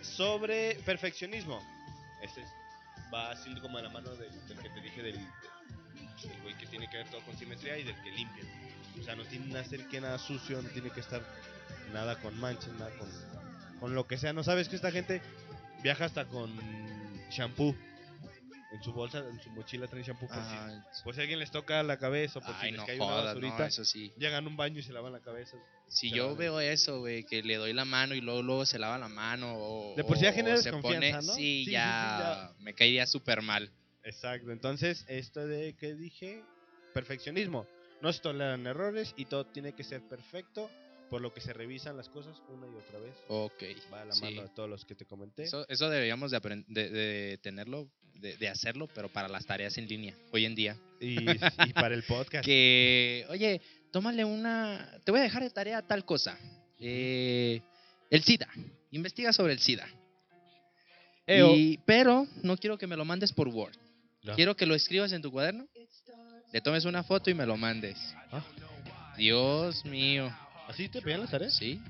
Speaker 2: Sobre perfeccionismo. Este es- va así como a la mano del, del que te dije del, del güey que tiene que ver todo con simetría y del que limpia. O sea, no tiene que hacer que nada sucio, no tiene que estar nada con manchas, nada con, con lo que sea. No sabes que esta gente viaja hasta con shampoo. En su bolsa, en su mochila traen shampoo. Por si,
Speaker 3: Ah,
Speaker 2: por si alguien les toca la cabeza, o por
Speaker 3: ay,
Speaker 2: si les
Speaker 3: no
Speaker 2: cae una
Speaker 3: jodas, no,
Speaker 2: basurita.
Speaker 3: eso sí.
Speaker 2: Llegan a un baño y se lavan la cabeza.
Speaker 3: Si
Speaker 2: Pero-
Speaker 3: yo veo eso, güey, que le doy la mano y luego, luego se lava la mano o,
Speaker 2: De por sí ya
Speaker 3: o
Speaker 2: genera
Speaker 3: se pone,
Speaker 2: desconfianza, ¿no? Sí,
Speaker 3: sí,
Speaker 2: sí,
Speaker 3: ya me caería súper mal.
Speaker 2: Exacto. Entonces, esto de que dije, perfeccionismo. No se toleran errores y todo tiene que ser perfecto, por lo que se revisan las cosas una y otra vez.
Speaker 3: Ok.
Speaker 2: Va a la
Speaker 3: sí.
Speaker 2: mano de todos los que te comenté.
Speaker 3: Eso, eso deberíamos de, apren- de, de tenerlo, de, de hacerlo, pero para las tareas en línea, hoy en día.
Speaker 2: Y, y para el podcast.
Speaker 3: Que, oye, tómale una... Te voy a dejar de tarea tal cosa. Eh, el SIDA. Investiga sobre el SIDA.
Speaker 2: Eo.
Speaker 3: Y- pero no quiero que me lo mandes por Word.
Speaker 2: Ya.
Speaker 3: oh, Quiero que lo escribas en tu cuaderno, le tomes una foto y me lo mandes.
Speaker 2: Ah.
Speaker 3: Dios mío.
Speaker 2: ¿Así te pegan las tareas?
Speaker 3: ¿Sí?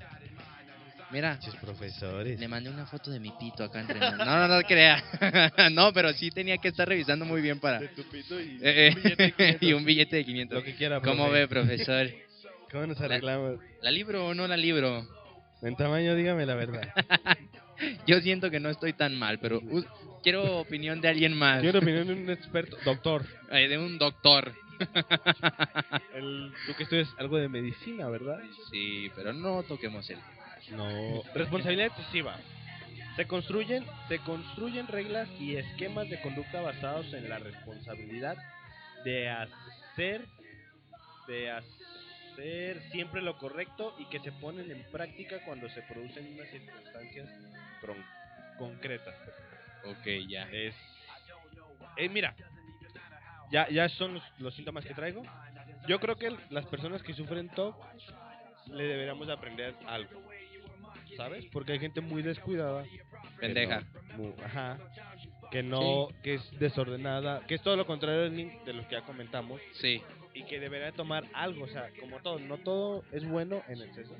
Speaker 3: Mira,
Speaker 2: Muchos profesores.
Speaker 3: le mandé una foto de mi pito acá entre No, no, no crea. no, pero sí tenía que estar revisando muy bien para.
Speaker 2: De tu pito y,
Speaker 3: Eh,
Speaker 2: un billete de
Speaker 3: eh,
Speaker 2: 500.
Speaker 3: y un billete de 500.
Speaker 2: Lo que quiera,
Speaker 3: ¿Cómo
Speaker 2: profe.
Speaker 3: ve, profesor?
Speaker 2: ¿Cómo nos arreglamos?
Speaker 3: ¿La libro o no la libro?
Speaker 2: En tamaño, dígame la verdad.
Speaker 3: Yo siento que no estoy tan mal, pero uh, quiero opinión de alguien más.
Speaker 2: Quiero opinión de un experto, doctor.
Speaker 3: Eh, de un doctor.
Speaker 2: El, tú que estudias algo de medicina, ¿verdad?
Speaker 3: Sí, pero no toquemos él.
Speaker 2: No. Responsabilidad excesiva. Se construyen, se construyen reglas y esquemas de conducta basados en la responsabilidad de hacer, de hacer siempre lo correcto y que se ponen en práctica cuando se producen unas circunstancias tron- concretas.
Speaker 3: Ok, ya.
Speaker 2: Es, eh, mira, ya, ya son los, los síntomas que traigo. Yo creo que las personas que sufren TOC le deberíamos de aprender algo. ¿Sabes? Porque hay gente muy descuidada. que
Speaker 3: Pendeja.
Speaker 2: no- mu- ajá. Que no, que es desordenada, que es todo lo contrario del link de los que ya comentamos
Speaker 3: Sí,
Speaker 2: y que debería tomar algo, o sea, como todo, no todo es bueno en exceso.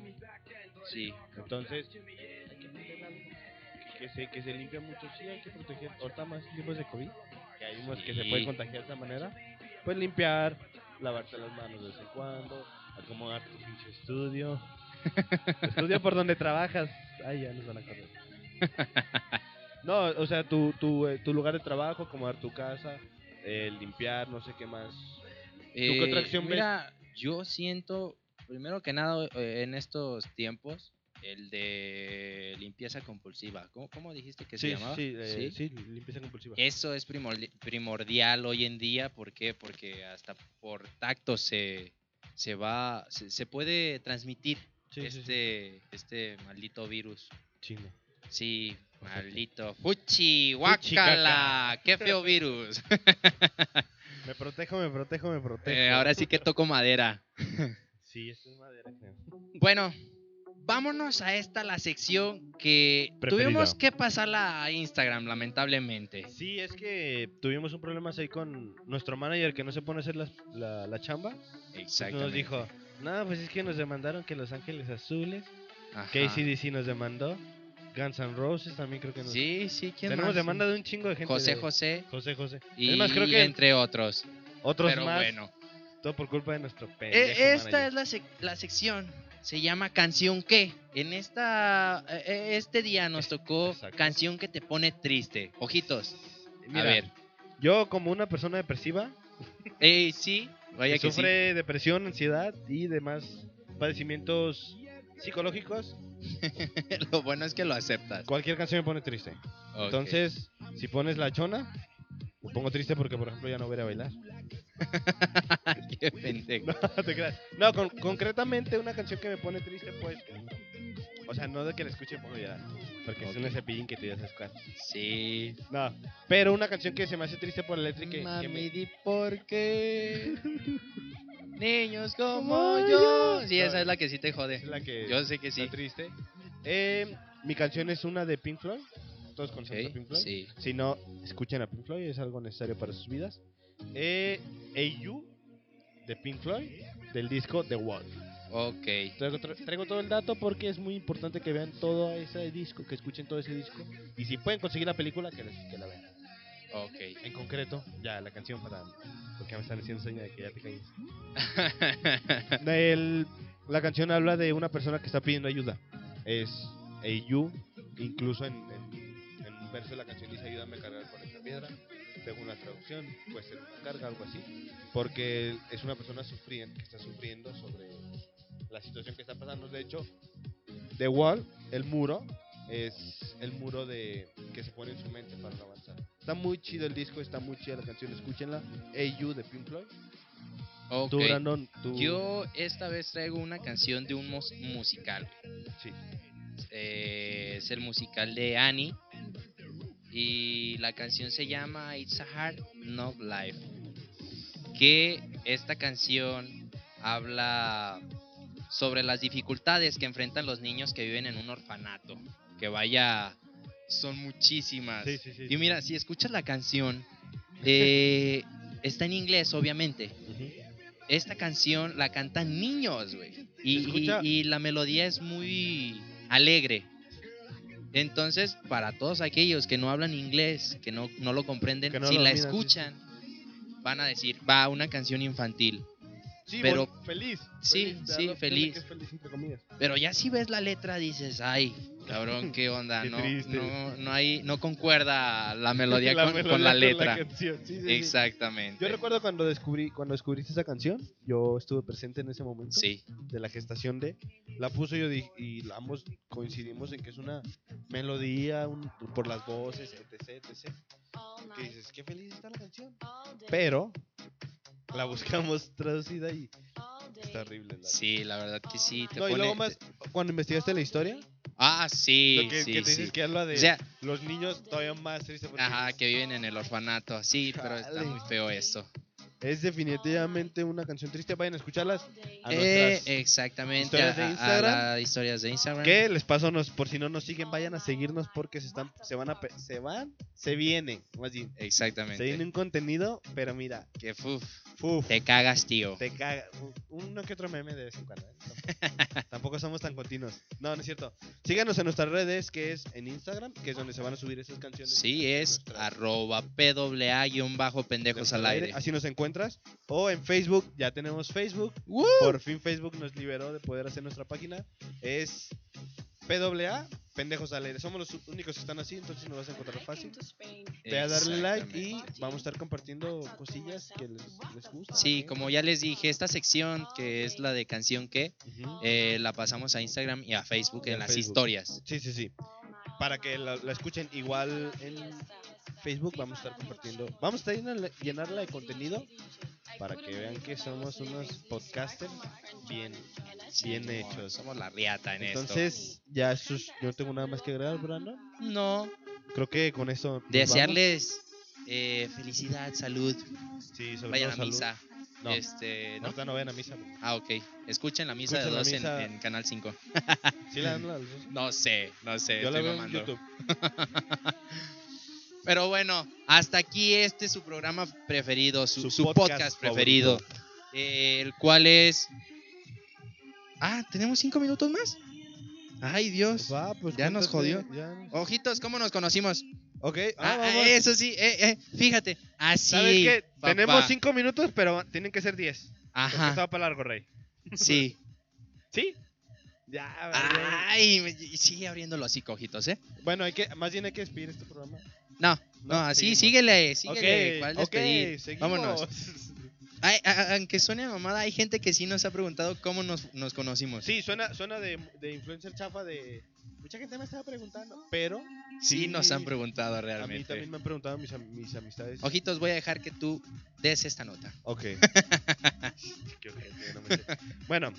Speaker 3: sí.
Speaker 2: Entonces, hay que aprender algo. Que- Que se, que se limpia mucho, sí, hay que proteger. Ahorita más tiempos de COVID, que hay unos que se
Speaker 3: Sí.
Speaker 2: pueden contagiar de esa manera. Pues limpiar, lavarte las manos de vez en cuando, acomodar tu pinche estudio. estudio por donde trabajas. Ay, ya nos van a correr. No, o sea, tu, tu, eh, tu lugar de trabajo, acomodar tu casa, eh, limpiar, no sé qué más. qué otra acción ves?
Speaker 3: Eh, mira, yo siento, primero que nada, eh, en estos tiempos, el de limpieza compulsiva. ¿Cómo, cómo dijiste que se llamaba? Eh,
Speaker 2: sí, eh, sí, limpieza compulsiva.
Speaker 3: Eso es primordi- primordial hoy en día. ¿Por qué? Porque hasta por tacto se, se va, se, se puede transmitir
Speaker 2: Sí, sí, sí.
Speaker 3: este, este maldito virus.
Speaker 2: Chinga.
Speaker 3: Sí,
Speaker 2: Ojete.
Speaker 3: maldito. Fuchi,
Speaker 2: Fuchicaca.
Speaker 3: guácala, qué feo virus.
Speaker 2: Me protejo, me protejo, me protejo.
Speaker 3: Eh, ahora sí que toco madera.
Speaker 2: Sí, esto es madera, creo.
Speaker 3: Bueno, vámonos a esta la sección que
Speaker 2: Preferida.
Speaker 3: tuvimos que pasarla a Instagram, lamentablemente.
Speaker 2: Sí, es que tuvimos un problema ahí con nuestro manager que no se pone a hacer las- la, la chamba.
Speaker 3: Exacto.
Speaker 2: Nos dijo, no, pues es que nos demandaron que Los Ángeles Azules, que ACDC nos demandó, Guns N' Roses también creo que nos...
Speaker 3: Sí, sí, ¿quién
Speaker 2: Tenemos
Speaker 3: más?
Speaker 2: demanda de un chingo de gente.
Speaker 3: José
Speaker 2: de-
Speaker 3: José
Speaker 2: José José.
Speaker 3: y
Speaker 2: es más, creo que
Speaker 3: entre otros.
Speaker 2: otros
Speaker 3: pero
Speaker 2: más.
Speaker 3: bueno.
Speaker 2: Todo por culpa de nuestro pendejo
Speaker 3: Eh, esta
Speaker 2: manager.
Speaker 3: es la, sec- la sección. Se llama Canción que. En esta eh, eh, este día nos tocó
Speaker 2: Exacto.
Speaker 3: Canción que te pone triste. Ojitos.
Speaker 2: Mira,
Speaker 3: a ver.
Speaker 2: Yo como una persona depresiva,
Speaker 3: Eh, sí, vaya
Speaker 2: que
Speaker 3: que sí.
Speaker 2: sufre depresión, ansiedad y demás padecimientos psicológicos,
Speaker 3: Lo bueno es que lo aceptas.
Speaker 2: cualquier canción me pone triste.
Speaker 3: Ok.
Speaker 2: Entonces, si pones la chona, me pongo triste porque, por ejemplo, ya no voy a ir a bailar.
Speaker 3: Qué pendejo.
Speaker 2: No, te creas. No, con- concretamente una canción que me pone triste, pues... O sea, no de que la escuche y me pongo a llorar, porque es
Speaker 3: Ok.
Speaker 2: un cepillín que te hace cuál.
Speaker 3: Sí.
Speaker 2: No, pero una canción que se me hace triste por la letra y que, que
Speaker 3: Mami,
Speaker 2: me...
Speaker 3: di por qué. Niños como
Speaker 2: Como
Speaker 3: yo.
Speaker 2: yo.
Speaker 3: Sí, esa
Speaker 2: No,
Speaker 3: es la que sí te jode.
Speaker 2: es la que
Speaker 3: Yo sé que
Speaker 2: está
Speaker 3: sí.
Speaker 2: triste. Eh, mi canción es una de Pink Floyd. Todos conocen a
Speaker 3: Ok,
Speaker 2: Pink Floyd.
Speaker 3: Sí.
Speaker 2: Si no, escuchen a Pink Floyd, es algo necesario para sus vidas. Eh, Hey You, de Pink Floyd, del disco The Wall.
Speaker 3: Ok.
Speaker 2: Traigo, tra- traigo todo el dato porque es muy importante que vean todo ese disco, que escuchen todo ese disco. Y si pueden conseguir la película, que, les- que la vean.
Speaker 3: Ok.
Speaker 2: En concreto, ya la canción para. Porque me están haciendo señas de que ya te calles. El, La canción habla de una persona que está pidiendo ayuda. Es Hey You, incluso en, en- en un verso de la canción dice ayúdame a cargar con esta piedra. Según la traducción, puede ser una carga, algo así. Porque es una persona sufriendo, que está sufriendo sobre la situación que está pasando. De hecho, The Wall, el muro, es el muro de que se pone en su mente para no avanzar. Está muy chido el disco, está muy chida la canción, escúchenla. Hey You de Pink Floyd.
Speaker 3: Ok.
Speaker 2: Tú, Brandon, tú...
Speaker 3: Yo esta vez traigo una canción de un mus- musical.
Speaker 2: Sí.
Speaker 3: Eh, es el musical de Annie. Y la canción se llama It's a Hard Knock Life. Que esta canción habla sobre las dificultades que enfrentan los niños que viven en un orfanato. Que vaya, son muchísimas.
Speaker 2: Sí, sí, sí,
Speaker 3: y
Speaker 2: sí.
Speaker 3: mira, si escuchas la canción, eh, está en inglés, obviamente. Esta canción la cantan niños, güey. Y,
Speaker 2: Se escucha-
Speaker 3: y- y la melodía es muy alegre. Entonces, para todos aquellos que no hablan inglés, que no, no lo comprenden,
Speaker 2: Que no
Speaker 3: si
Speaker 2: lo
Speaker 3: la
Speaker 2: dominan, sí, sí.
Speaker 3: escuchan, van a decir, va, una canción infantil.
Speaker 2: Sí,
Speaker 3: Pero-
Speaker 2: bon- feliz.
Speaker 3: sí,
Speaker 2: te
Speaker 3: sí,
Speaker 2: hablo-
Speaker 3: feliz.
Speaker 2: que es feliz entre comillas.
Speaker 3: Pero ya si ves la letra, dices, ay, cabrón, qué onda,
Speaker 2: Qué
Speaker 3: no,
Speaker 2: triste.
Speaker 3: no, no, hay, no concuerda la melodía, con, con
Speaker 2: melodía
Speaker 3: la letra.
Speaker 2: canción, sí, sí, sí.
Speaker 3: Exactamente.
Speaker 2: Yo recuerdo cuando descubrí cuando descubriste esa canción, yo estuve presente en ese momento
Speaker 3: Sí,
Speaker 2: de la gestación de la puso yo dije, y la- ambos coincidimos en que es una melodía un- por las voces, etc, etc. Que dices, qué feliz está la canción. Pero la buscamos traducida y está horrible. La
Speaker 3: sí, la verdad que sí. Te
Speaker 2: no, y
Speaker 3: pone-
Speaker 2: luego más cuando investigaste la historia,
Speaker 3: Ah, sí,
Speaker 2: lo que,
Speaker 3: sí,
Speaker 2: que te
Speaker 3: sí.
Speaker 2: dices que habla de
Speaker 3: O sea,
Speaker 2: los niños todavía más tristes porque pues
Speaker 3: Ajá, que viven en el orfanato. Sí, pero está
Speaker 2: Chale.
Speaker 3: muy feo esto.
Speaker 2: Es definitivamente una canción triste. Vayan a escucharlas. A
Speaker 3: Eh,
Speaker 2: nuestras-
Speaker 3: exactamente.
Speaker 2: historias de
Speaker 3: a- a
Speaker 2: Instagram.
Speaker 3: las historias de Instagram.
Speaker 2: ¿Qué les pasó? Nos, por si no nos siguen, vayan a seguirnos porque se están, se van a, pe- se van, se viene, más bien. Se viene
Speaker 3: Exactamente.
Speaker 2: un contenido, pero mira,
Speaker 3: Que fuf,
Speaker 2: uf,
Speaker 3: te cagas, tío.
Speaker 2: te caga. u- Uno que otro meme de vez en cuando. ¿eh? Tampoco, tampoco somos tan continuos. No, no es cierto. Síganos en nuestras redes, que es en Instagram, que es donde se van a subir esas canciones.
Speaker 3: Sí, es
Speaker 2: Nuestras-
Speaker 3: arroba pwa-pendejos al aire.
Speaker 2: Así nos encuentras. O en Facebook, ya tenemos Facebook.
Speaker 3: ¡Woo!
Speaker 2: Por fin Facebook nos liberó de poder hacer nuestra página. Es PWA, pendejos al aire. Somos los únicos que están así, entonces nos vas a encontrar fácil. Eh, Ve a darle like y
Speaker 3: Exactamente.
Speaker 2: vamos a estar compartiendo cosillas que les, les gusta.
Speaker 3: Sí, como ya les dije, esta sección que es la de canción que
Speaker 2: Ujú.
Speaker 3: eh, la pasamos a Instagram y a Facebook
Speaker 2: Y
Speaker 3: en
Speaker 2: a
Speaker 3: las
Speaker 2: Facebook.
Speaker 3: historias.
Speaker 2: Sí, sí, sí. Para que la, la escuchen igual en Facebook vamos a estar compartiendo. Vamos a estar llenarla, llenarla de contenido para que vean que somos unos podcasters bien, bien
Speaker 3: Somos-
Speaker 2: hechos.
Speaker 3: Somos la riata en esto.
Speaker 2: Entonces, ya eso es- yo no tengo nada más que agregar, Brandon.
Speaker 3: No,
Speaker 2: Creo que con eso. nos
Speaker 3: desearles eh, felicidad, salud,
Speaker 2: vamos. Sí, sobre
Speaker 3: vayan
Speaker 2: todo
Speaker 3: a
Speaker 2: salud.
Speaker 3: misa.
Speaker 2: No,
Speaker 3: Este, ¿no?
Speaker 2: ahorita no vayan a misa. güey.
Speaker 3: Ah, ok. Escuchen la misa
Speaker 2: Escuchen
Speaker 3: de
Speaker 2: la
Speaker 3: 12 en-
Speaker 2: misa.
Speaker 3: En, Canal 5.
Speaker 2: Sí, le dan la luz.
Speaker 3: No sé, no sé.
Speaker 2: Yo la
Speaker 3: estoy
Speaker 2: veo en
Speaker 3: mamando.
Speaker 2: YouTube.
Speaker 3: Pero bueno, hasta aquí este es su programa preferido, su,
Speaker 2: Su
Speaker 3: su
Speaker 2: podcast
Speaker 3: podcast,
Speaker 2: favorito.
Speaker 3: preferido. eh, El cual es. Ah, ¿tenemos cinco minutos más? Ay, Dios.
Speaker 2: Va, pues,
Speaker 3: Ya nos
Speaker 2: cuéntate,
Speaker 3: jodió.
Speaker 2: ya nos-
Speaker 3: Ojitos, ¿cómo nos conocimos?
Speaker 2: Ok,
Speaker 3: Ah,
Speaker 2: ah,
Speaker 3: ah,
Speaker 2: vamos.
Speaker 3: eso sí, eh, eh, fíjate. Así.
Speaker 2: ¿Sabes qué?
Speaker 3: papá.
Speaker 2: Tenemos cinco minutos, pero tienen que ser 10. Porque
Speaker 3: Ajá,
Speaker 2: estaba para largo, Rey.
Speaker 3: sí.
Speaker 2: ¿Sí? Ya, ya.
Speaker 3: Ay, me- sigue abriendo los hocico, ojitos, ¿eh?
Speaker 2: Bueno, hay que, más bien hay que despedir este programa.
Speaker 3: No,
Speaker 2: No,
Speaker 3: no, así,
Speaker 2: seguimos.
Speaker 3: síguele, síguele. ¿Cuál
Speaker 2: ok,
Speaker 3: despedir?
Speaker 2: seguimos.
Speaker 3: Vámonos. Ay, a- a- aunque suene a mamada, hay gente que sí nos ha preguntado cómo nos, nos conocimos.
Speaker 2: Sí, suena, suena de, de influencer chafa de... Mucha gente me estaba preguntando, pero
Speaker 3: Sí
Speaker 2: sí,
Speaker 3: nos han preguntado
Speaker 2: a mí también
Speaker 3: realmente.
Speaker 2: me han preguntado mis, am- mis amistades.
Speaker 3: Ojitos, voy a dejar que tú des esta nota.
Speaker 2: Ok. Qué ojete, no me sé. bueno,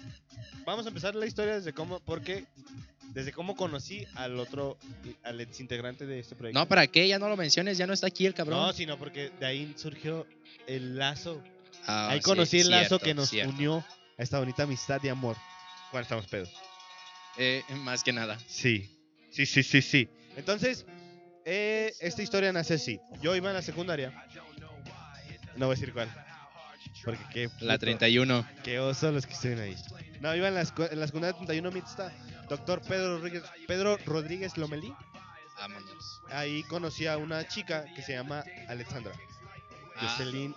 Speaker 2: vamos a empezar la historia desde cómo, porque desde cómo conocí al otro, al ex integrante de este proyecto.
Speaker 3: No, ¿para qué? Ya no lo menciones, ya no está aquí el cabrón.
Speaker 2: No, sino porque de ahí surgió el lazo.
Speaker 3: Ah,
Speaker 2: ahí
Speaker 3: sí,
Speaker 2: conocí el lazo
Speaker 3: cierto,
Speaker 2: que nos
Speaker 3: cierto.
Speaker 2: unió a esta bonita amistad y amor. Cuando estamos pedos.
Speaker 3: Eh, más que nada.
Speaker 2: Sí, sí, sí, sí, sí. Entonces, eh, esta historia nace así. Yo iba a la secundaria. No voy a decir cuál. Porque qué
Speaker 3: La
Speaker 2: puto-
Speaker 3: 31.
Speaker 2: Qué oso los que estuvieron ahí. No, iba en la, escu- en la secundaria 31 mixta. Doctor Pedro Rodríguez, Pedro Rodríguez Lomelí.
Speaker 3: Vámonos.
Speaker 2: Ahí conocí a una chica que se llama Alexandra.
Speaker 3: Ah,
Speaker 2: Jocelyn.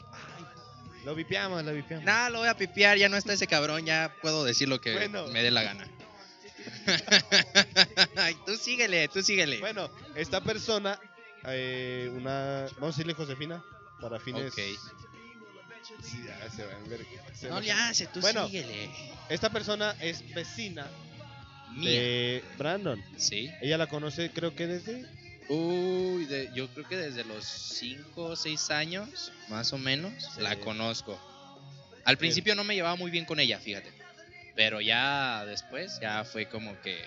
Speaker 2: Lo vipiamos, lo vipiamos.
Speaker 3: Nah, lo voy a pipear, ya no está ese cabrón, ya puedo decir lo que
Speaker 2: Bueno.
Speaker 3: me dé la gana. Ay, tú síguele, tú síguele.
Speaker 2: Bueno, esta persona, eh, una. Vamos a decirle Josefina, para fines.
Speaker 3: ok.
Speaker 2: Sí, ya, se va a ver- se
Speaker 3: No
Speaker 2: va-
Speaker 3: le hace, tú
Speaker 2: Bueno.
Speaker 3: síguele.
Speaker 2: Esta persona es vecina
Speaker 3: Mía.
Speaker 2: de Brandon.
Speaker 3: Sí.
Speaker 2: Ella la conoce, creo que desde.
Speaker 3: Uy, de- yo creo que desde los 5 o 6 años, más o menos,
Speaker 2: Sí.
Speaker 3: la conozco. Al principio no me llevaba muy bien con ella, fíjate. Pero ya después, ya fue como que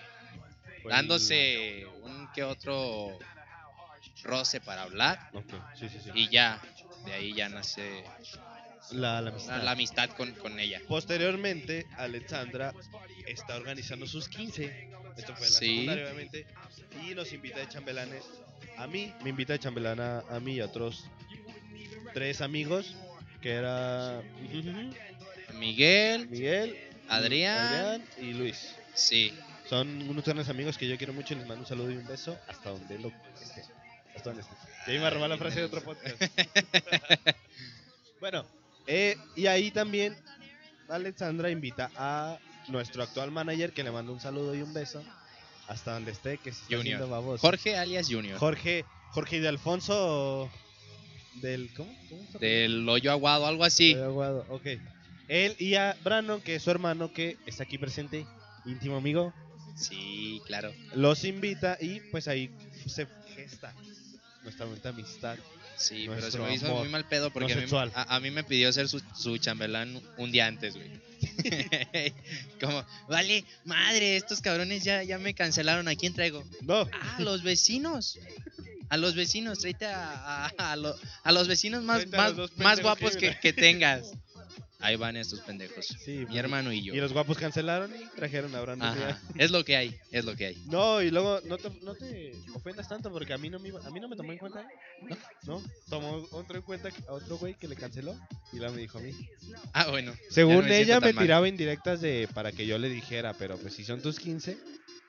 Speaker 2: pues,
Speaker 3: dándose un que otro roce para hablar
Speaker 2: Ok, sí, sí, sí.
Speaker 3: y ya, de ahí ya nace
Speaker 2: La, la
Speaker 3: la,
Speaker 2: amistad.
Speaker 3: la amistad con, con ella.
Speaker 2: Posteriormente, Alexandra está organizando sus 15. Esto fue en la
Speaker 3: Sí.
Speaker 2: secundaria, obviamente. Y nos invita de chambelanes. A mí, me invita de chambelana a mí y a otros tres amigos. Que era
Speaker 3: Miguel,
Speaker 2: Miguel,
Speaker 3: Adrián,
Speaker 2: Adrián y Luis.
Speaker 3: sí,
Speaker 2: Son unos grandes amigos que yo quiero mucho. Les mando un saludo y un beso hasta donde lo esté. Hasta donde esté. Y ahí me robar la frase de otro podcast. bueno, eh, y ahí también Alexandra invita a nuestro actual manager que le mando un saludo y un beso hasta donde esté, que se está
Speaker 3: Junior.
Speaker 2: haciendo baboso.
Speaker 3: Jorge alias Junior,
Speaker 2: Jorge, Jorge y de Alfonso del ¿cómo? ¿Cómo se
Speaker 3: del hoyo aguado, algo así.
Speaker 2: de Aguado, ok. Él y a Brandon, que es su hermano, que está aquí presente, íntimo amigo,
Speaker 3: Sí, claro.
Speaker 2: los invita y pues ahí se gesta nuestra bonita amistad.
Speaker 3: Sí, pero se
Speaker 2: Nuestro
Speaker 3: me hizo
Speaker 2: amor
Speaker 3: muy mal pedo porque a mí,
Speaker 2: homosexual.
Speaker 3: a- a mí me pidió ser su, su chambelán un día antes, güey. Como, vale, madre, estos cabrones ya, ya me cancelaron. ¿A quién traigo?
Speaker 2: No,
Speaker 3: Ah, a los vecinos. A los vecinos, tráete a, a, a lo- a los vecinos más,
Speaker 2: Tráete a
Speaker 3: más,
Speaker 2: los dos
Speaker 3: más
Speaker 2: pendejos
Speaker 3: guapos
Speaker 2: que-
Speaker 3: que, que tengas. Ahí van estos pendejos.
Speaker 2: sí,
Speaker 3: Mi hermano y yo.
Speaker 2: Y los guapos cancelaron y trajeron a Brandon.
Speaker 3: Ajá, Es lo que hay, es lo que hay.
Speaker 2: No, y luego no te, no te ofendas tanto porque a mí no me, iba- a mí no me tomó en cuenta. No, tomó otro en cuenta que- a otro güey que le canceló y la me dijo a mí.
Speaker 3: Ah, bueno. ya no
Speaker 2: Según
Speaker 3: siento
Speaker 2: ella
Speaker 3: tan
Speaker 2: me
Speaker 3: mal.
Speaker 2: tiraba indirectas de para que yo le dijera, pero pues si son tus 15,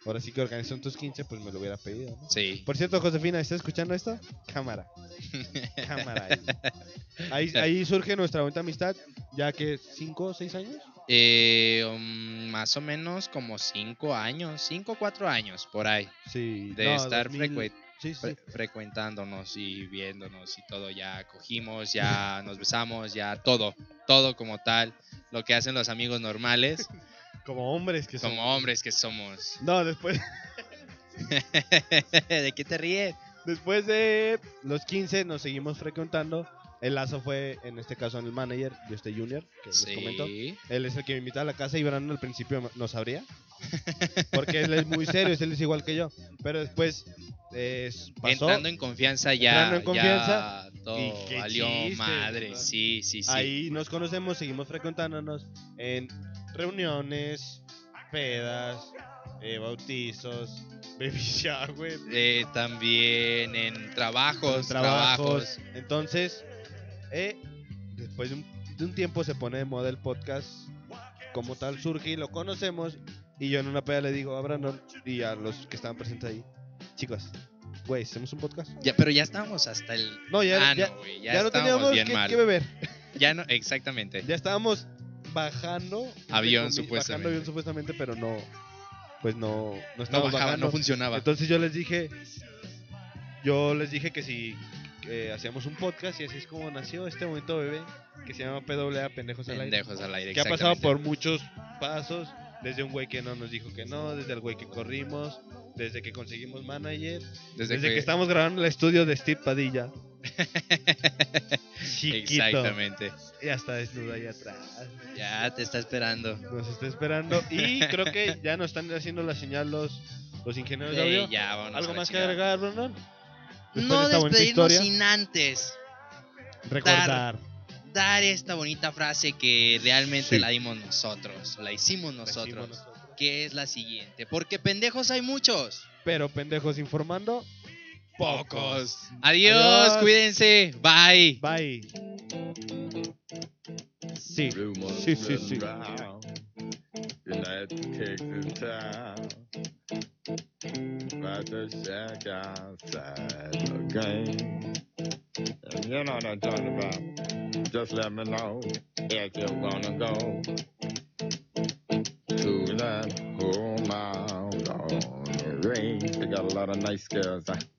Speaker 2: ahora sí que organizan tus 15, pues me lo hubiera pedido. ¿no?
Speaker 3: Sí.
Speaker 2: Por cierto, Josefina, ¿estás escuchando esto? Cámara. Cámara. ahí. Ahí, ahí surge nuestra bonita amistad, ya que 5 o 6 años.
Speaker 3: Eh, um, más o menos como 5 años, 5 o 4 años por ahí,
Speaker 2: Sí.
Speaker 3: de
Speaker 2: no,
Speaker 3: estar
Speaker 2: 2000,
Speaker 3: frecue-
Speaker 2: Sí, sí.
Speaker 3: fre- frecuentándonos y viéndonos y todo. Ya cogimos, ya nos besamos, ya todo, todo como tal. Lo que hacen los amigos normales,
Speaker 2: Como hombres que somos.
Speaker 3: como hombres que somos.
Speaker 2: No, después,
Speaker 3: ¿De qué te ríes?
Speaker 2: después de los 15 nos seguimos frecuentando. El lazo fue, en este caso, en el manager, yo estoy junior, que les comento.
Speaker 3: Sí,
Speaker 2: Él es el que me invita a la casa y Brandon al principio no sabría. Porque él es muy serio, él es igual que yo. Pero después eh, pasó.
Speaker 3: entrando en confianza ya,
Speaker 2: Entrando en confianza,
Speaker 3: ya todo
Speaker 2: y qué
Speaker 3: valió
Speaker 2: chiste,
Speaker 3: madre,
Speaker 2: ¿no?
Speaker 3: sí, sí, sí.
Speaker 2: Ahí nos conocemos, seguimos frecuentándonos en reuniones, pedas, eh, bautizos, baby shower,
Speaker 3: Eh, también en trabajos, trabajos.
Speaker 2: trabajos. Entonces, eh, después de un, de un tiempo se pone de moda el podcast como tal, surge y lo conocemos. Y yo en una peda le digo a Brandon y a los que estaban presentes ahí, chicos, güey, hacemos un podcast.
Speaker 3: Ya, pero ya estábamos hasta el
Speaker 2: No, ya,
Speaker 3: ano,
Speaker 2: ya,
Speaker 3: güey.
Speaker 2: ya
Speaker 3: Ah, Ya,
Speaker 2: no
Speaker 3: estábamos
Speaker 2: teníamos
Speaker 3: bien
Speaker 2: que-
Speaker 3: mal.
Speaker 2: que beber.
Speaker 3: Ya no, exactamente.
Speaker 2: Ya estábamos bajando. entre comi-
Speaker 3: Avión,
Speaker 2: Bajando
Speaker 3: supuestamente.
Speaker 2: avión supuestamente, pero no. Pues no. No
Speaker 3: no
Speaker 2: estábamos
Speaker 3: bajaba,
Speaker 2: bajando.
Speaker 3: no funcionaba.
Speaker 2: Entonces yo les dije. Yo les dije que si eh, hacíamos un podcast y así es como nació este bonito bebé que se llama PWA Pendejos al Aire.
Speaker 3: Pendejos al aire.
Speaker 2: Que ha pasado por
Speaker 3: exactamente.
Speaker 2: muchos pasos. Desde un güey que no nos dijo que no, desde el güey que corrimos, desde que conseguimos manager, desde, que, estamos grabando el estudio de Steve Padilla. Chiquito.
Speaker 3: Exactamente.
Speaker 2: Y hasta desnudo ahí atrás.
Speaker 3: Ya te está esperando.
Speaker 2: Nos está esperando. Y creo que ya nos están haciendo la señal los, los ingenieros de
Speaker 3: Eh,
Speaker 2: audio.
Speaker 3: ya, vámonos
Speaker 2: ¿Algo
Speaker 3: a la
Speaker 2: más que
Speaker 3: chingada.
Speaker 2: agregar, Brandon? Después de
Speaker 3: No
Speaker 2: esta bonita
Speaker 3: despedirnos
Speaker 2: historia,
Speaker 3: sin antes
Speaker 2: recordar.
Speaker 3: dar esta bonita frase que realmente
Speaker 2: Sí.
Speaker 3: la dimos nosotros, la hicimos nosotros,
Speaker 2: Decimos nosotros.
Speaker 3: que es la siguiente. Porque pendejos hay muchos.
Speaker 2: Pero pendejos informando.
Speaker 3: Pocos.
Speaker 2: Adiós.
Speaker 3: Adiós. cuídense. Bye.
Speaker 2: Bye. Sí.
Speaker 4: Rumors
Speaker 2: Sí, sí, sí.
Speaker 4: spreading round. United Kingdom town. About to check outside the game. And you know what I'm talking about. just let me know if you wanna go to that home. I'm gonna ring. They got a lot of nice girls.